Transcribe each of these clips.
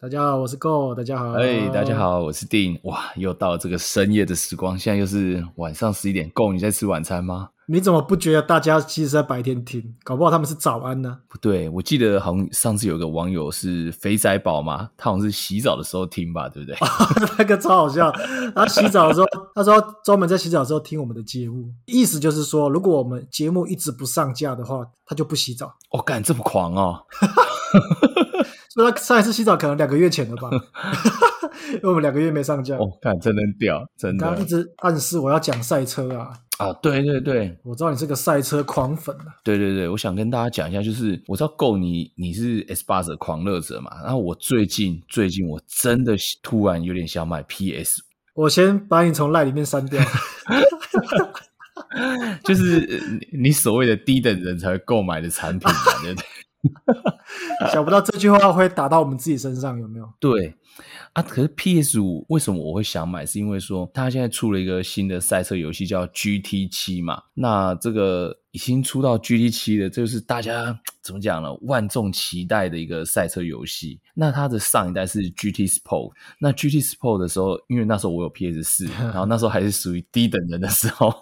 大家好，我是 Go，大家好。哎、大家。好，我是丁。哇，又到了这个深夜的时光，现在又是晚上十一点。够，你在吃晚餐吗？你怎么不觉得大家其实在白天听？搞不好他们是早安呢、 不对，我记得好像上次有个网友是肥仔宝嘛，他好像是洗澡的时候听吧，对不对？那个超好笑。他洗澡的时候， 他说专门在洗澡的时候听我们的节目，意思就是说，如果我们节目一直不上架的话，他就不洗澡。 哦，干这么狂哦！所以他上一次洗澡可能两个月前了吧， 因为我们两个月没上架。哦，干真的很屌，真的刚刚一直暗示我要讲赛车啊，啊！对对对我知道你是个赛车狂粉啊。对对对，我想跟大家讲一下，就是我知道够你你是 S 八者狂热者嘛，然后我最近最近我真的突然有点想买 PS 我先把你从赖里面删掉。 就是呃你你所谓的低等人才会购买的产品嘛，对不对？想不到这句话会打到我们自己身上，有没有？对啊，可是 PS 五为什么我会想买？是因为说它现在出了一个新的赛车游戏叫 GT 七嘛，那这个已经出到 GT 七了，这就是大家怎么讲呢？万众期待的一个赛车游戏。那它的上一代是 GT Sport，那 GT Sport 的时候，因为那时候我有 PS 四，然后那时候还是属于低等人的时候，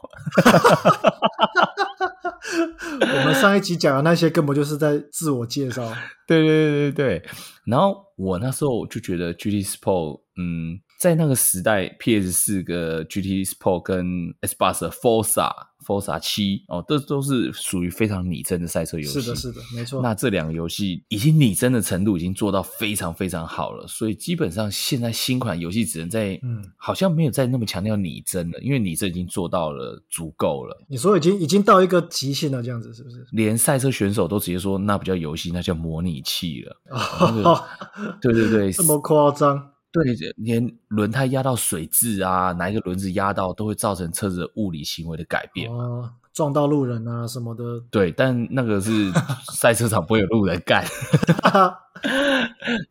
我们上一集讲的那些根本就是在自我介绍。对对对对对。然后我那时候就觉得 GT Sport，嗯，在那个时代，PS 四个 GT Sport 跟 Xbox 的 Forza、Forza 七哦，这都是属于非常拟真的赛车游戏。是的，是的，没错。那这两个游戏已经拟真的程度已经做到非常非常好了，所以基本上现在新款游戏只能在，嗯好像没有再那么强调拟真了，因为拟真已经做到了足够了。你说已经已经到一个极限了，这样子是不 是？连赛车选手都直接说那不叫游戏，那叫模拟器了。那个哦， 对对对，这么夸张？对，连轮胎压到水渍啊，哪一个轮子压到，都会造成车子的物理行为的改变。哦，撞到路人啊什么的， 对，但那个是赛车场不会有路人干。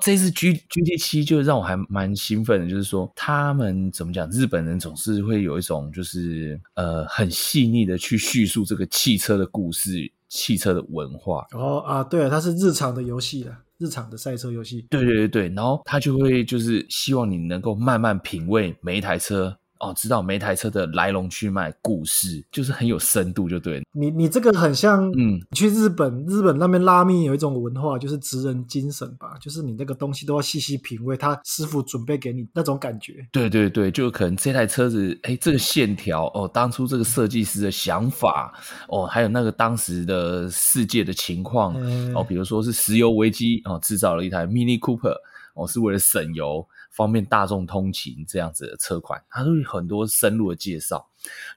这次 G G T 七就让我还蛮兴奋的，就是说他们怎么讲，日本人总是会有一种就是呃很细腻的去叙述这个汽车的故事、汽车的文化。哦啊，对了，它是日常的游戏了，日常的赛车游戏。对对对对，然后他就会就是希望你能够慢慢品味每一台车哦，知道每一台车的来龙去脉、故事，就是很有深度，就对了。你你这个很像，嗯，你去日本，日本那边拉面有一种文化，就是职人精神吧，就是你那个东西都要细细品味，他师傅准备给你那种感觉。对对对，就可能这台车子，哎，这个线条哦，当初这个设计师的想法哦，还有那个当时的世界的情况嗯哦，比如说是石油危机哦，制造了一台 Mini Cooper 哦，是为了省油，方便大众通勤这样子的车款，它都有很多深入的介绍，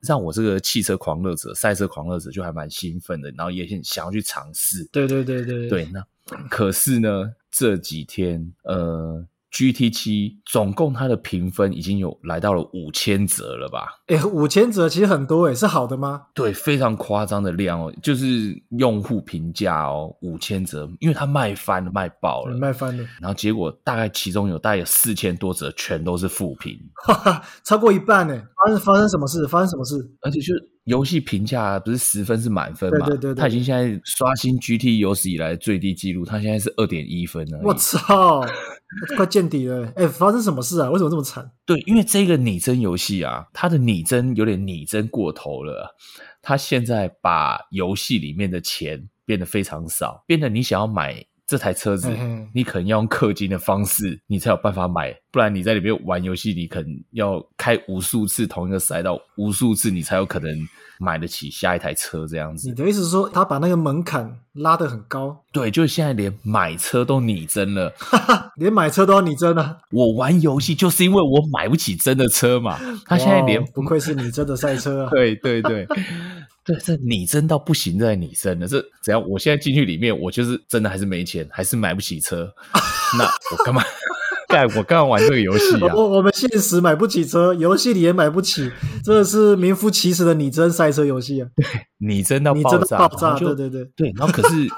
让我这个汽车狂热者、赛车狂热者就还蛮兴奋的，然后也很想要去尝试。对对对对对，那可是呢，这几天呃，GT 七总共它的评分已经有来到了五千折了吧？对，哎，五千折其实很多哎，是好的吗？对，非常夸张的量哦，就是用户评价哦，五千折，因为它卖翻了，卖爆了。卖翻了，然后结果大概其中有大概有四千多折全都是负评，哈哈，超过一半呢。发嗯生发生什么事？发生什么事？而且就是游戏评价不是十分是满分嘛？对对对对它已经现在刷新 GT 有史以来最低纪录，它现在是二点一分了。我操，快见底了！哎，发生什么事啊？为什么这么惨？对，因为这个拟真游戏啊，它的拟真有点拟真过头了。它现在把游戏里面的钱变得非常少，变得你想要买这台车子，嘿嘿你可能要用氪金的方式，你才有办法买，不然你在里面玩游戏，你可能要开无数次同一个赛道，无数次你才有可能买得起下一台车这样你子。的意思是说，他把那个门槛拉得很高，对，就是现在连买车都拟真了，啊连买车都要你真啊？我玩游戏就是因为我买不起真的 车嘛。他现在连哇哦不愧是你真的赛车啊！ 对对对对，这拟真到不行，这拟真的，这只要我现在进去里面，我就是真的还是没钱，还是买不起车， 那我干嘛 干我干嘛玩这个游戏啊？我我们现实买不起车，游戏里也买不起，真的是名副其实的拟真赛车游戏啊！拟真到拟爆真炸，到爆然炸，后就对对对，对，然后可 是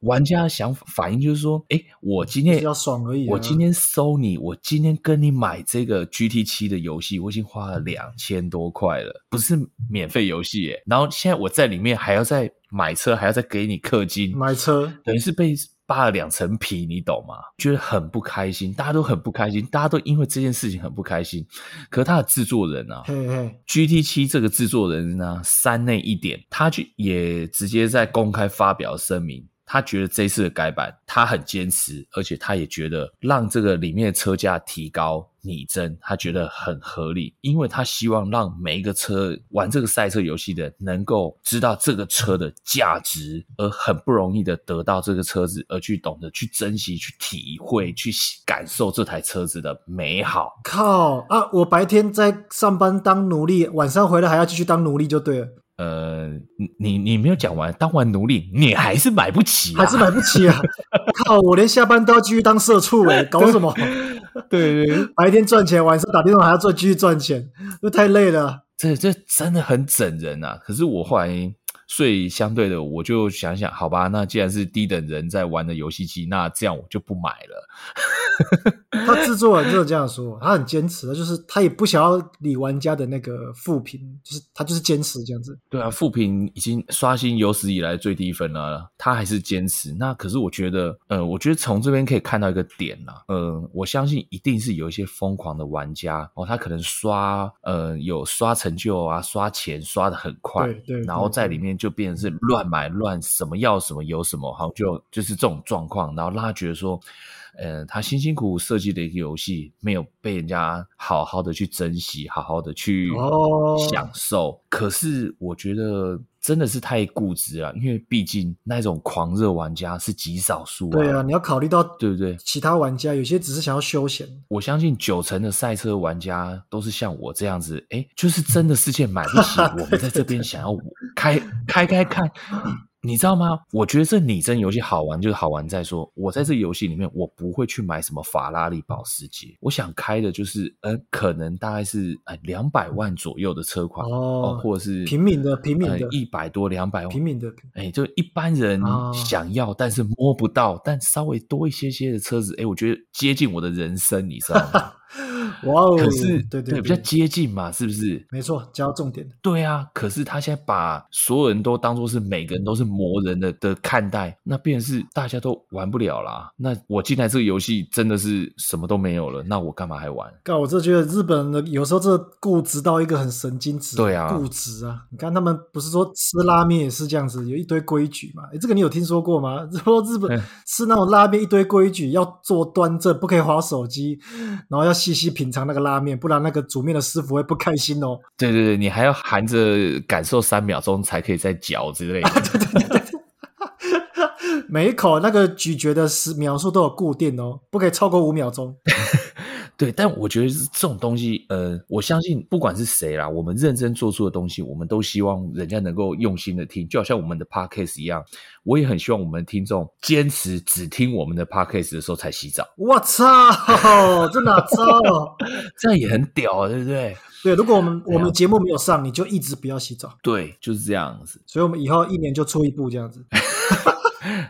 玩家想反应就是说，哎，我今比天较爽而已、啊。我今天收你，我今天跟你买这个 GT 七的游戏，我已经花了两千多块了，不是免费游戏耶。然后现在我在里面还要再买车，还要再给你氪金，买车，等于是被扒了两层皮，你懂吗？觉得很不开心，大家都很不开心，大家都因为这件事情很不开心。可是他的制作人啊嘿嘿， ，GT 七这个制作人呢、三内一点，他就也直接在公开发表声明。他觉得这次的改版，他很坚持，而且他也觉得让这个里面的车价提高拟真，他觉得很合理，因为他希望让每一个车玩这个赛车游戏的人能够知道这个车的价值，而很不容易的得到这个车子，而去懂得去珍惜、去体会、去感受这台车子的美好。靠啊！我白天在上班当奴隶，晚上回来还要继续当奴隶就对了，呃，你你你没有讲完，当完奴隶，你还是买不起、啊，还是买不起啊！ 靠，我连下班都要继续当社畜哎、搞什么？ 对对，白天赚钱，晚上打电话还要赚，继续赚钱，这太累了。啊这这真的很整人啊！可是我后来，所以相对的，我就想想，好吧，那既然是低等人在玩的游戏机，那这样我就不买了。他制作人真的这样说，他很坚持，就是他也不想要理玩家的那个负评，就是他就是坚持这样子。对啊，富平已经刷新有史以来最低分了，啊他还是坚持。那可是我觉得，呃，我觉得从这边可以看到一个点啦，呃，我相信一定是有一些疯狂的玩家哦，他可能刷，呃，有刷成就啊，刷钱刷的很快，对对然后对在里面就变成是乱买乱什么要什么有什么，好就就是这种状况，然后让他觉得说。呃，他辛辛苦苦设计的一个游戏，没有被人家好好的去珍惜，好好的去哦享受。可是我觉得真的是太固执了，因为毕竟那种狂热玩家是极少数、啊。对啊，你要考虑到对不对？其他玩家，有些只是想要休闲，我相信九成的赛车玩家都是像我这样子，哎，就是真的是件买不起，我们在这边想要开开开看。你知道吗？我觉得这拟真游戏好玩，就是好玩在说，我在这游戏里面，我不会去买什么法拉利、保时捷，我想开的就是，呃，可能大概是呃两百万左右的车款，哦或者是呃平民的平民的一百多两百万平民的哎、就一般人啊想要、但是摸不到，但稍微多一些些的车子，哎、我觉得接近我的人生，你知道吗？哇哦，可是 对比较接近嘛，是不是？没错，讲到重点了。对啊，可是他现在把所有人都当做是每个人都是魔人的的看待，那变成是大家都玩不了啦。那我进来这个游戏真的是什么都没有了，那我干嘛还玩？干，我真的觉得日本人有时候这固执到一个很神经质，对啊固执啊！你看他们不是说吃拉面也是这样子，有一堆规矩嘛？诶这个你有听说过吗？ 说日本嗯吃那种拉面一堆规矩，要坐端正，不可以划手机，然后要细细品尝那个拉面，不然那个煮面的师傅会不开心哦。对对对，你还要含着感受三秒钟才可以再嚼之类的。每一口那个咀嚼的时描述都有固定哦，不可以超过五秒钟。对，但我觉得是这种东西，呃，我相信不管是谁啦，我们认真做出的东西，我们都希望人家能够用心的听，就好像我们的 podcast 一样，我也很希望我们的听众坚持只听我们的 podcast 的时候才洗澡，我操， 这哪招？这样也很屌啊，对不对？对，如果我们我对们啊节目没有上，你就一直不要洗澡。对，就是这样子。所以我们以后一年就出一部这样子，哎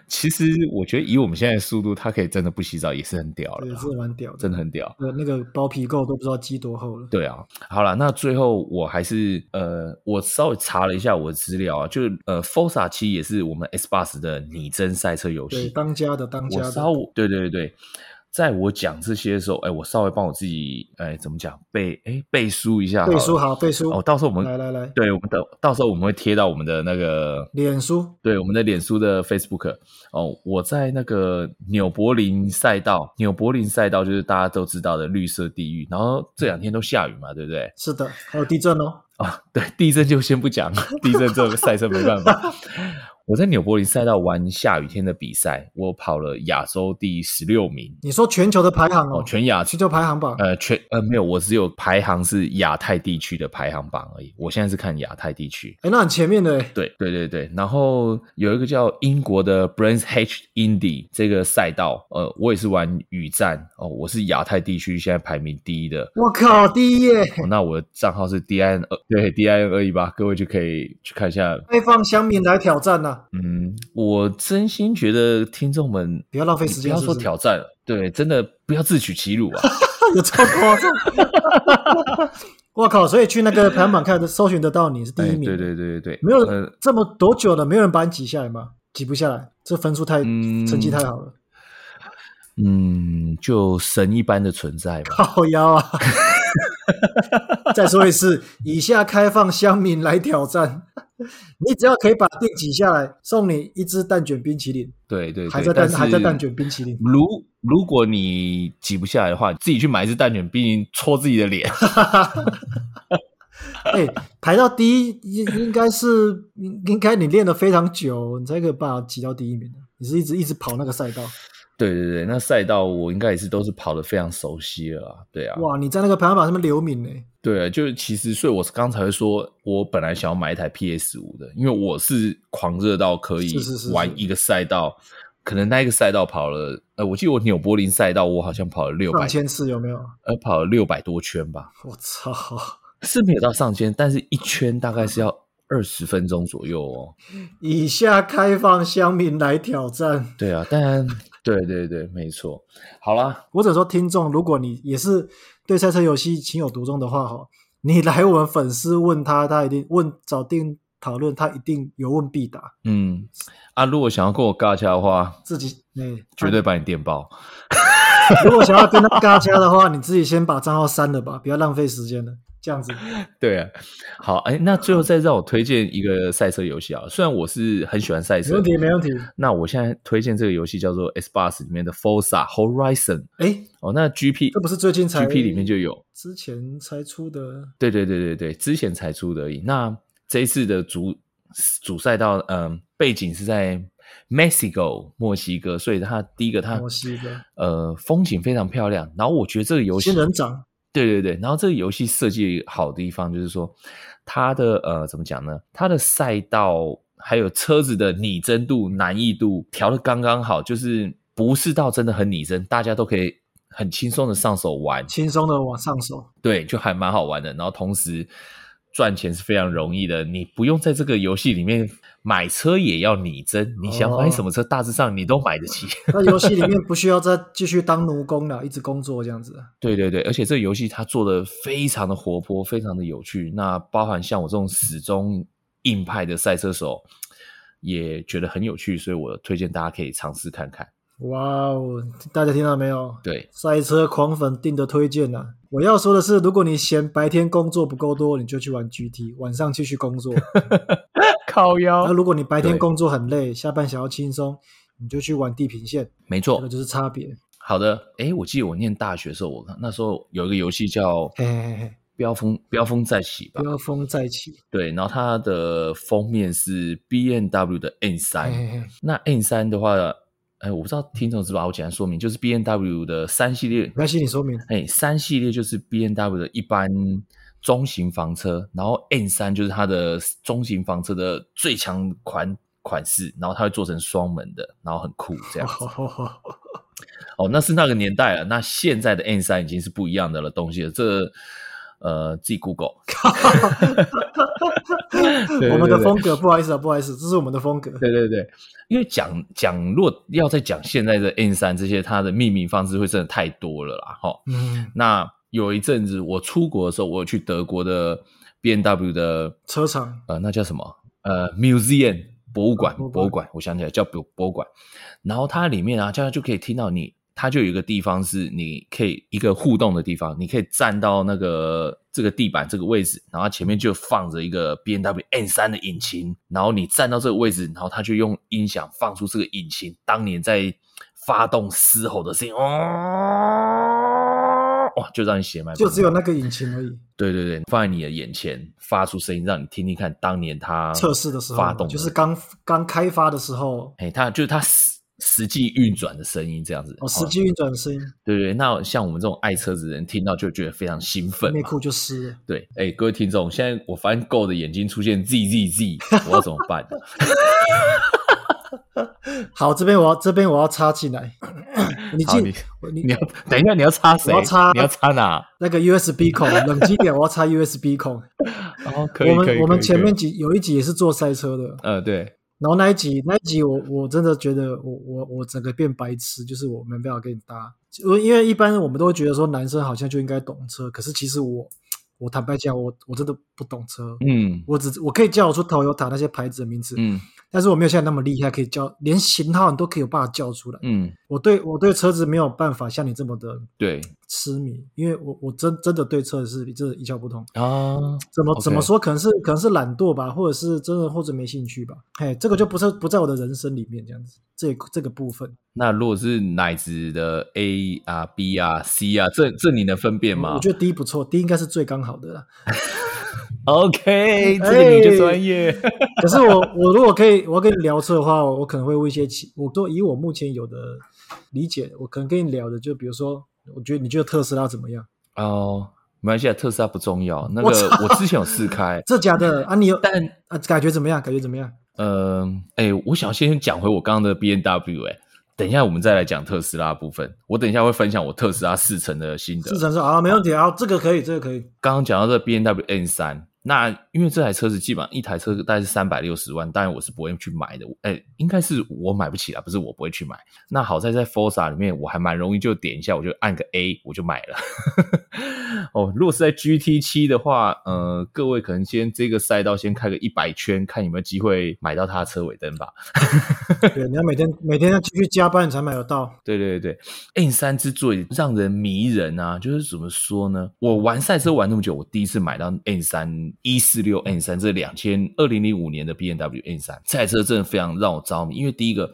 其实我觉得以我们现在的速度，他可以真的不洗澡也是很屌了也啦，是蛮屌的。真的很屌。呃，那个包皮垢都不知道积多厚了。对啊，好了，那最后我还是呃，我稍微查了一下我的资料啊，就是呃，Forza 七也是我们 S Bus 的拟真赛车游对，戏，当家的当家我的稍，微对对对对，在我讲这些的时候，哎，我稍微帮我自己哎怎么讲背哎背书一下好了，背书好，背书。哦，到时候我们来来来，对我们等到时候我们会贴到我们的那个脸书对，我们的脸书的 Facebook 哦，我在那个纽柏林赛道，纽柏林赛道就是大家都知道的绿色地狱，然后这两天都下雨嘛，对不对？ 是的，还有地震哦。啊，对，地震就先不讲，地震这个赛车没办法。 我在纽柏林赛道玩下雨天的比赛，我跑了亚洲第十六名你说全球的排行哦，哦，全亚全球排行榜，呃全呃没有，我只有排行是亚太地区的排行榜而已。我现在是看亚太地区，哎，那很前面的诶对对对对，然后有一个叫英国的 Brands Hatch Indy 这个赛道，呃，我也是玩雨战哦，我是亚太地区现在排名第一的。我靠，第一页哦那我的账号是 D I N 二对 D I N 二一八，各位就可以去看一下。开放乡民来挑战呐，嗯，我真心觉得听众们不要浪费时不间，要是不说是？挑战，对，真的不要自取其辱啊。有超夸张。 我靠！所以去那 个排行榜看，搜寻得到你是第一哎名。对对对对对，没有呃这么多久了，没有人把你挤下来吗？挤不下来，这分数太、嗯成绩太好了，嗯，就神一般的存在吧。靠腰啊！ 再说一次，以下开放乡民来挑战，你只要可以把定挤下来，送你一只蛋卷冰淇淋，对对对，还在但蛋是还在蛋卷冰淇淋， 如如果你挤不下来的话，自己去买一只蛋卷冰淇淋戳自己 的脸。哎、排到第一应应该是应应该你练了非常久，你才可以把它挤到第一名的。你是一直一直跑那个赛道，啊对对对，那赛道我应该也是都是跑得非常熟悉了啦。对啊，哇！你在那个排行榜上面留名呢、对啊，就是其实，所以我刚才会说，我本来想要买一台 PS 五的，因为我是狂热到可以是是是是玩一个赛道，可能那一个赛道跑了，呃，我记得我纽柏林赛道，我好像跑了六百上，千次有没有？呃，跑了六百多圈吧，我操！是没有到上千，但是一圈大概是要二十分钟左右哦。以下开放乡民来挑战，对啊， 但对对对，没错。好啦，或者说听众，如果你也是对赛车游戏情有独钟的话，哈，你来我们粉丝问他，他一定问找定讨论，他一定有问必答，嗯，啊，如果想要跟我尬掐的话，自己哎，绝对把你电爆。如果想要跟他尬掐的话，你自己先把账号删了吧，不要浪费时间了。这样子， 对啊，好，哎，那最后再让我推荐一个赛车游戏啊。虽然我是很喜欢赛没车问，题，没问题。那我现在推荐这个游戏叫做 S Bus 里面的 Forza Horizon 哎，哦，那 GP 这不是最近才 GP 里面就有，之前才出的，对对对对对，之前才出的而已。那这一次的主主赛道，嗯、背景是在 Mexico 墨西哥，所以它第一个它墨西哥呃风景非常漂亮。然后我觉得这个游戏仙人掌，对对对，然后这个游戏设计好的地方就是说，它的呃怎么讲呢？它的赛道还有车子的拟真度、难易度调的刚刚好，就是不是到真的很拟真，大家都可以很轻松的上手玩，轻松的往上手，对，就还蛮好玩的。然后同时赚钱是非常容易的，你不用在这个游戏里面买车也要拟真，你想买什么车，大致上你都买得起。 那游戏里面不需要再继续当奴工了，一直工作这样子。对对对，而且这个游戏它做的非常的活泼，非常的有趣。那包含像我这种始终硬派的赛车手，也觉得很有趣，所以我推荐大家可以尝试看看。哇哦，大家听到没有？对，赛车狂粉定的推荐呐、啊我要说的是，如果你嫌白天工作不够多，你就去玩 GT，晚上继续工 作。 靠那腰，如果你白天对工作很累，下班想要轻松，你就去玩地平线，没这错个，就是差别。好的。诶，我记得我念大学的时候，我那时候有一个游戏叫《嘿嘿嘿，飙风飙风再起》吧，飙风再起，对，然后它的封面是 B N W 的 N 嘿三，嘿嘿，那 N 三的话，哎，我不知道听众知不知道，我简单说明，就是 B N W 的三系列没，关系，你说明。哎，三系列就是 B N W 的一般中型房车，然后 N 三就是它的中型房车的最强款款式，然后它会做成双门的，然后很酷这样哦子。哦，那是那个年代了，那现在的 N 三已经是不一样的了东西了。这呃，自己 Google。对我们的对对风格，不好意思啊，不好意思，这是我们的风格。对对对，因为讲讲，若要再讲现在的 N 三这些，它的命名方式会真的太多了啦。哈，嗯，那有一阵子我出国的时候，我有去德国的 B N W 的车厂呃，那叫什么？呃，museum 博物馆，博物馆博物馆，我想起来叫博博物馆。然后它里面啊，这样就可以听到你，它就有一个地方是你可以一个互动的地方，你可以站到那个这个地板这个位置，然后前面就放着一个 B N W N 三的引擎，然后你站到这个位置，然后它就用音响放出这个引擎当年在发动嘶吼的声音，哦，哇，就让你血脉就喷只有张那个引擎而已，对对对，放在你的眼前，发出声音，让你听听看，当年它测试的时候发嘛动的就是刚刚开发的时候，哎，它就是它实实际运转的声音这样子。哦，实际运转的声音，对对对，那像我们这种爱车子的人听到就觉得非常兴奋内嘛。裤就湿了。对，哎，各位听众，现在我发现 Go 的眼睛出现 Z Z Z，我要怎么办呢？好，这边我要这边我要插进 来，你好，进你我 你要等一下，你要插谁？我要插你要插哪？那个 USB 孔，冷静点，我要插 USB 孔。哦，可以，我可以们我可们以前可以面几有一集也是做赛车的，呃，对，然后那一集那一集我我真的觉得我我我整个变白痴，就是我没办法跟你搭，我因为一般我们都会觉得说男生好像就应该懂车，可是其实我我坦白讲，我我真的不懂车，嗯我只我可以叫出 Toyota 那些牌子的名字，嗯但是我没有现在那么厉害，可以叫连型号你都可以有办法叫出来。嗯，我对我对车子没有办法像你这么的对痴迷，因为我我真真的对车子是真的一窍不通。啊，怎么 OK 怎么说？可能是可能是懒惰吧，或者是真的或者没兴趣吧。嘿，这个就不是不在我的人生里面这样子，这这个部分那如果是奶子的 A 啊、B 啊、C 啊，这这你能分辨我吗我觉得第一不错，第一应该是最刚好的啦。 ？OK，这个你就哎专业。可是我我如果可以，我要跟你聊车的话，我可能会问一些其，我都以我目前有的理解，我可能跟你聊的就比如说，我觉得你觉得特斯拉怎么样？ 哦，没关系啊，特斯拉不重要。那我个操我之前有试开，这假的啊？你有 但啊？感觉怎么样？感觉怎么样？呃，哎、我想先讲回我刚刚的 B N W 哎、等一下我们再来讲特斯拉的部分。我等一下会分享我特斯拉试乘的心得志。成说啊，没问题啊，这个可以，这个可以。刚刚讲到这 B N W N 三，那因为这台车子基本上一台车大概是三百六十万，当然我是不会去买的。哎、应该是我买不起啦，不是我不会去买。那好在在 Forza 里面，我还蛮容易就点一下，我就按个 A 我就买了。 哦，如果是在 GT 七的话，呃，各位可能先这个赛道先开个一百圈，看有没有机会买到它的车尾灯吧。对，你要每天每天要继续加班，你才买得到。对对对对，N 三之所以让人迷人啊，就是怎么说呢？我玩赛车玩那么久，我第一次买到 N 三一四六 N 三，这两千二零零五年的 B N W N 三，赛车真的非常让我着迷，因为第一个，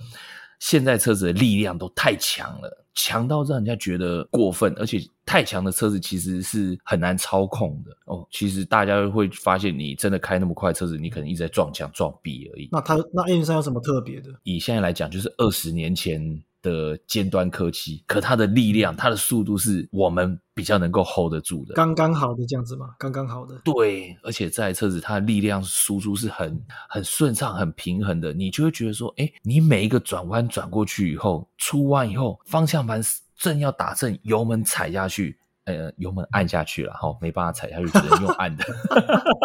现在车子的力量都太强了。强到让人家觉得过分，而且太强的车子其实是很难操控的哦。其实大家会发现，你真的开那么快的车子，你可能一直在撞墙撞壁而已。那它那 N 三有什么特别的？以现在来讲，就是二十年前的尖端科技，可它的力量、它的速度是我们比较能够 hold 得住的。刚刚好的这样子嘛，刚刚好的。对，而且这台车子它的力量输出是很很顺畅、很平衡的，你就会觉得说，哎，你每一个转弯转过去以后，出弯以后，方向盘正要打正，油门踩下去，呃，油门按下去了，哈、没办法踩下去，只能用按的。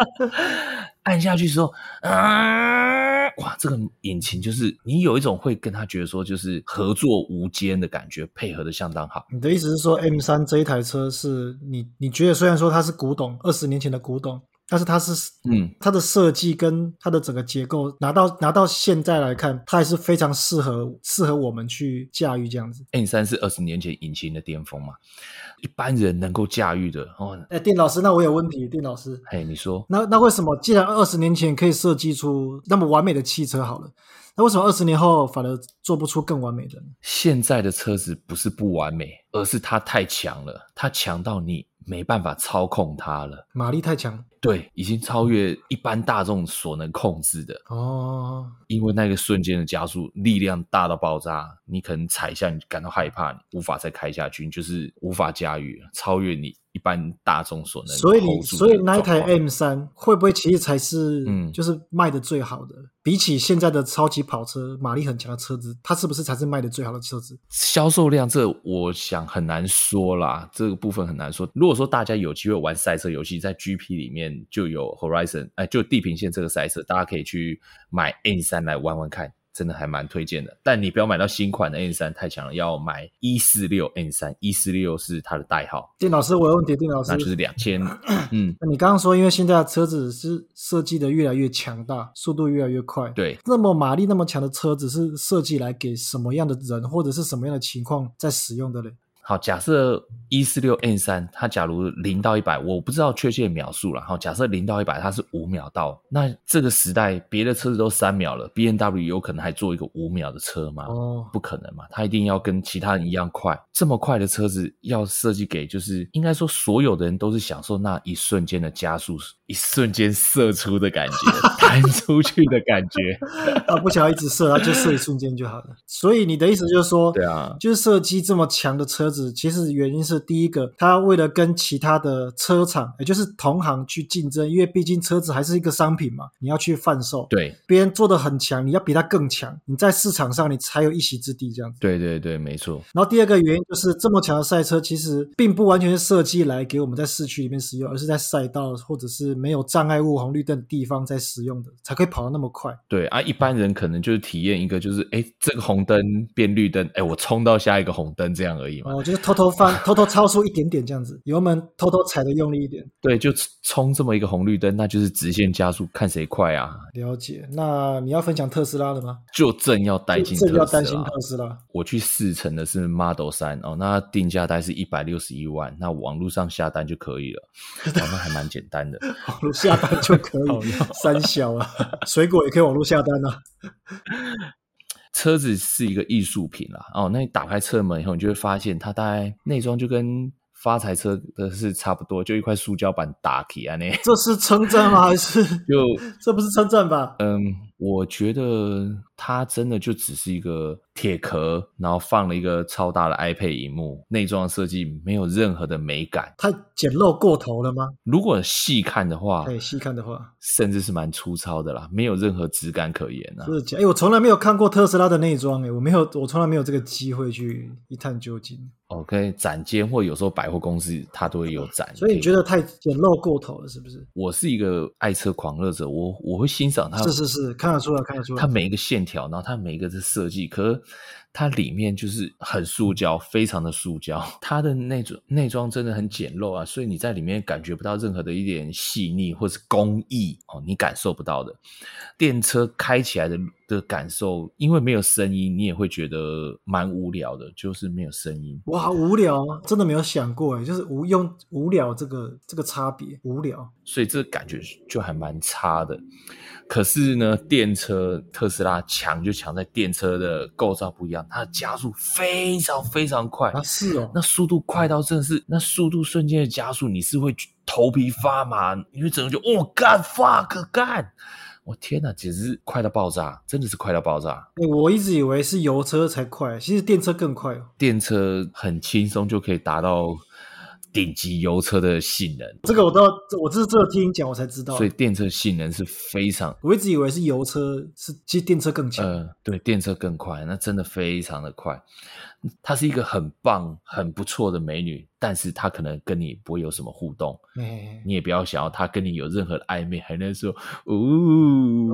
按下去之后，啊，哇，这个引擎就是你有一种会跟他觉得说，就是合作无间的感觉，配合的相当好。你的意思是说，M 三这一台车是你你觉得虽然说它是古董，二十年前的古董，但是它是嗯，它的设计跟它的整个结构拿到拿到现在来看，它还是非常适合适合我们去驾驭这样子。 N 三是二十年前引擎的巅峰嘛，一般人能够驾驭的哦。哎，丁老师，那我有问题，丁老师，嘿，你说，那那为什么既然二十年前可以设计出那么完美的汽车好了，那为什么二十年后反而做不出更完美的呢？现在的车子不是不完美，而是它太强了，它强到你没办法操控它了。马力太强对，已经超越一般大众所能控制的，哦，因为那个瞬间的加速力量大到爆炸，你可能踩一下你就感到害怕，你无法再开下去，你就是无法驾驭，超越你一般大众所能 hold 住所的以状你况。所以哎那一台 M 三会不会其实才是嗯就是卖的最好的？比起现在的超级跑车、马力很强的车子，它是不是才是卖的最好的车子？销售量这我想很难说啦，这个部分很难说。如果说大家有机会玩赛车游戏，在 GP 里面就有 Horizon，哎、就地平线这个赛车，大家可以去买 N 三来玩玩看，真的还蛮推荐的。但你不要买到新款的 N 三，太强了，要买一四六 N 三，一四六是它的代号，丁老师，我有问题，丁老师那就，是两千，嗯，那你刚刚说，因为现在的车子是设计的越来越强大，速度越来越快，。对。那么马力那么强的车子是设计来给什么样的人或者是什么样的情况在使用的嘞？好，假设一四六 N 三，它假如零到一百，我不知道确切秒数了。好，假设零到一百它是五秒到，那这个时代别的车子都三秒了，B N W 有可能还做一个五秒的车吗？哦，不可能嘛，它一定要跟其他人一样快。这么快的车子要设计给，就是应该说所有的人都是享受那一瞬间的加速，一瞬间射出的感觉，弹出去的感觉。啊，不想要一直射，啊，就射一瞬间就好了。所以你的意思就是说，对啊，就是设计这么强的车子，其实原因是第一个，它为了跟其他的车厂，也就是同行去竞争，因为毕竟车子还是一个商品嘛，你要去贩售。对，别人做的很强，你要比他更强，你在市场上你才有一席之地这样子。对对对，没错。然后第二个原因就是，这么强的赛车其实并不完全是设计来给我们在市区里面使用，而是在赛道或者是没有障碍物、红绿灯的地方在使用的，才可以跑得那么快。对啊，一般人可能就是体验一个，就是哎，诶这个红灯变绿灯，哎，我冲到下一个红灯这样而已嘛。哦，我就是偷偷翻，偷偷超速一点点这样子，油门偷偷踩的用力一点。对，就冲这么一个红绿灯，那就是直线加速，看谁快啊！了解。那你要分享特斯拉了吗？就正要担心特这斯要拉，担心特斯拉。我去试乘的是 Model 三哦，那定价大概是一百六十一万，那网络上下单就可以了，哦、那还蛮简单的。网络下单就可以，三小 啊，水果也可以网络下单啊。车子是一个艺术品啦，哦，那你打开车门以后，你就会发现它大概内装就跟发财车的是差不多，就一块塑胶板打起啊，那这是称赞吗？还是 就这不是称赞吧？嗯，我觉得它真的就只是一个铁壳，然后放了一个超大的 iPad 荧幕，内装的设计没有任何的美感。太简陋过头了吗？如果细看的话，哎，细看的话，甚至是蛮粗糙的啦，没有任何质感可言啊真。的假？哎，我从来没有看过特斯拉的内装，哎，我没有，我从来没有这个机会去一探究竟。 OK，展间或有时候百货公司它都会有展，所以你觉得？得太简陋过头了，是不是？我是一个爱车狂热者，我我会欣赏它是是是，看得出来，看得出来它。每一个线条，然后它每一个的设计，可是它里面就是很塑胶，非常的塑胶。它的内装内装真的很简陋啊，所以你在里面感觉不到任何的一点细腻或是工艺哦，你感受不到的。电车开起来的的感受，因为没有声音，你也会觉得蛮无聊的，就是没有声音。哇，无聊，啊真的没有想过哎，就是无用无聊这个这个差别，无聊。所以这感觉就还蛮差的。可是呢，电车特斯拉强就强在电车的构造不一样，它的加速非常非常快，啊，是哦，那速度快到真的是，那速度瞬间的加速，你是会头皮发麻，你会整个就哦干 fuck 干，我天哪，简直是快到爆炸，真的是快到爆炸。哎，我一直以为是油车才快，其实电车更快哦。电车很轻松就可以达到顶级油车的性能，这个我都要，我这这听你讲我才知道所。以电车性能是非常我一直以为是油车，是其实电车更强。呃，对，电车更快，那真的非常的快。她是一个很棒、很不错的美女，但是她可能跟你不会有什么互动，哎、你也不要想要她跟你有任何的暧昧，还能说哦，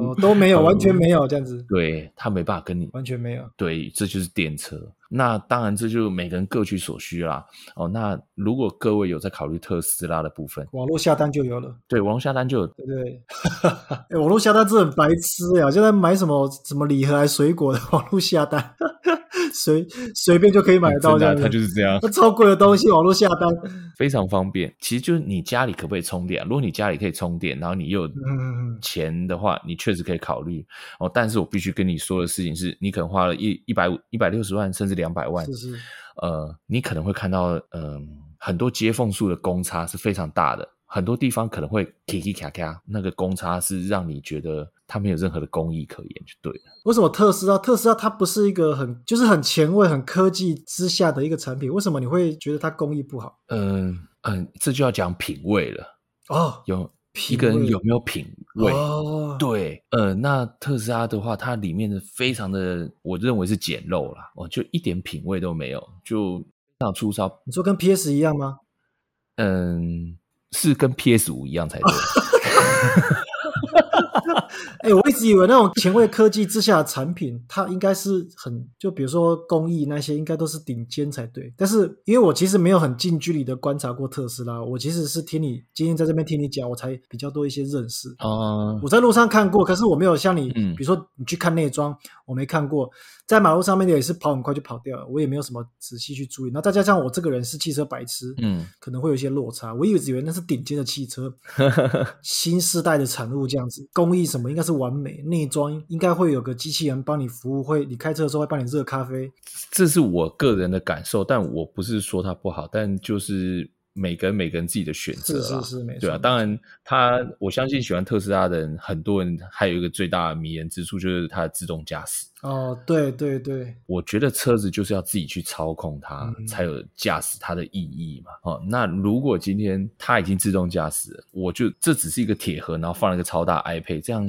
哦，都没有，呃完全没有这样子，对她没办法跟你，完全没有。对，这就是电车。那当然，这就每个人各取所需啦。哦，那如果各位有在考虑特斯拉的部分，网络下单就有了，对，网络下单就有对不对？ 哎、网络下单真的很白痴呀、现在买什么什么礼盒还是水果的网络下单， 随随便就可以买得到真这的啊样子。它就是这样。那超贵的东西，网络下单，非常方便。其实就是你家里可不可以充电啊、如果你家里可以充电，然后你又有嗯钱的话，你确实可以考虑哦。但是我必须跟你说的事情是，你可能花了一一百五、一百六十万，甚至两百万，是是，呃，你可能会看到，嗯、很多接缝数的公差是非常大的，很多地方可能会 k k 卡卡，那个公差是让你觉得它没有任何的工艺可言，就对了。为什么特斯拉？特斯拉它不是一个很就是很前卫、很科技之下的一个产品，为什么你会觉得它工艺不好？嗯、嗯、这就要讲品味了，哦，有一品个人味有没有品味？哦，对，呃，那特斯拉的话，它里面的非常的，我认为是简陋啦，哦，就一点品味都没有，就非常粗糙，你说跟 PS 一样吗？嗯，是跟 PS 五一样 才对。哎、我一直以为那种前卫科技之下的产品，它应该是很就比如说工艺那些，应该都是顶尖才对。但是因为我其实没有很近距离的观察过特斯拉，我其实是听你今天在这边听你讲，我才比较多一些认识。啊、我在路上看过，可是我没有像你，嗯比如说你去看内装，我没看过，在马路上面的也是跑很快就跑掉了，我也没有什么仔细去注意。然后再加上我这个人是汽车白痴，嗯，可能会有一些落差。我一直以为那是顶尖的汽 车，新时代的产物这样子，工艺什么应该是完美，内装应该会有个机器人帮你服务，会你开车的时候会帮你热咖啡。这是我个人的感受，但我不是说它不好，但就是每个人每个人自己的选择是啦。是是，没错。对啊，当然它，我相信喜欢特斯拉的人，很多人还有一个最大的迷人之处就是它的自动驾驶。哦，对对对，我觉得车子就是要自己去操控它，嗯才有驾驶它的意义嘛。哦，那如果今天它已经自动驾驶了，我就这只是一个铁盒，然后放了一个超大 iPad，这样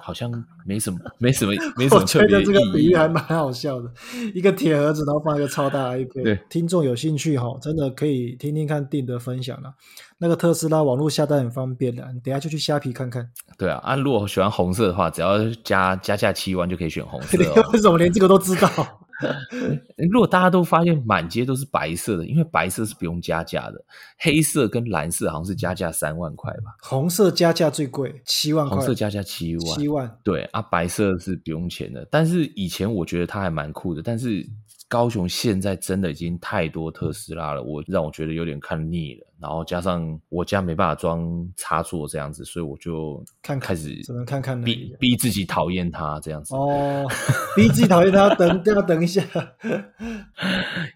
好像没什么、没什么、没什我么觉特别得的这个比意义喻。还蛮好笑的，一个铁盒子，然后放一个超大 iPad。对，听众有兴趣哈，真的可以听听看定的分享啦。那个特斯拉网络下单很方便的，你等一下就去虾皮看看。对啊，啊，如果喜欢红色的话，只要加加价七万就可以选红色你哦。 为什么连这个都知道？如果大家都发现满街都是白色的，因为白色是不用加价的，黑色跟蓝色好像是加价三万块吧，红色加价最贵，七万块，红色加价七万，七万，对啊，白色是不用钱的。但是以前我觉得它还蛮酷的，但是高雄现在真的已经太多特斯拉了，我让我觉得有点看腻了。然后加上我家没办法装插座这样子，所以我就看看开始只能看看而已逼逼自己讨厌它这样子。哦，逼自己讨厌他，等要等一下。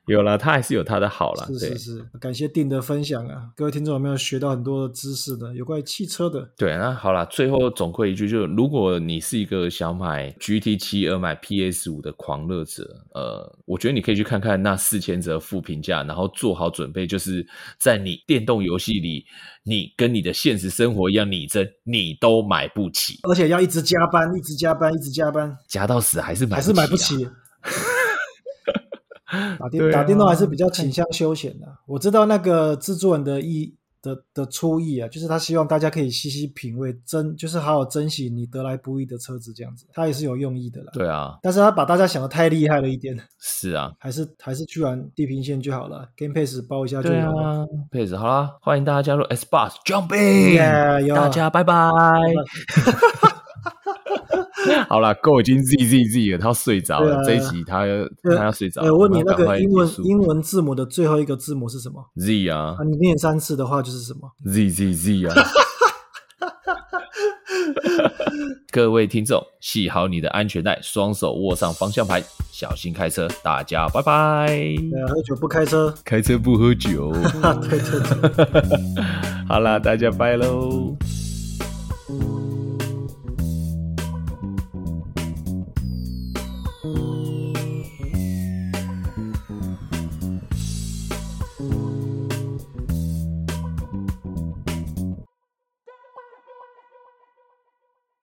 有了，它还是有它的好啦。是对是是，感谢定的分享啊！各位听众有没有学到很多的知识呢？有关于汽车的，对，那好啦，最后总归一句，就是如果你是一个想买 GT 七而买 PS 五的狂热者，呃，我觉得你可以去看看那四千则负评价，然后做好准备，就是在你电动游戏里，你跟你的现实生活一样拟真，你都买不起，而且要一直加班，一直加班，一直加班，夹到死还是买还是买不不起起啊。。 打电、对啊打电动还是比较倾向休闲的、我知道那个制作人的意的的初意啊，就是他希望大家可以细细品味，珍就是好好珍惜你得来不易的车子这样子，他也是有用意的啦。对啊，但是他把大家想的太厉害了一点，是啊，还是还是去玩地平线就好了，Game Pass 包一下就有对了。啊，佩子，好啦，欢迎大家加入 S Bus Jumping，、 Yeah，有啊大家拜拜。 好啦，够已经 Z Z Z 了，他要睡着了。对啊这一集他要对他要睡着了。哎，我问你们那要个赶快英文结束英文字母的最后一个字母是什么？ Z 啊啊，你念三次的话就是什么？ ，Z Z Z 啊。各位听众，系好你的安全带，双手握上方向盘，小心开车。大家拜拜。呃，喝酒不开车。开车不喝 酒。 对对对。好啦，大家拜喽。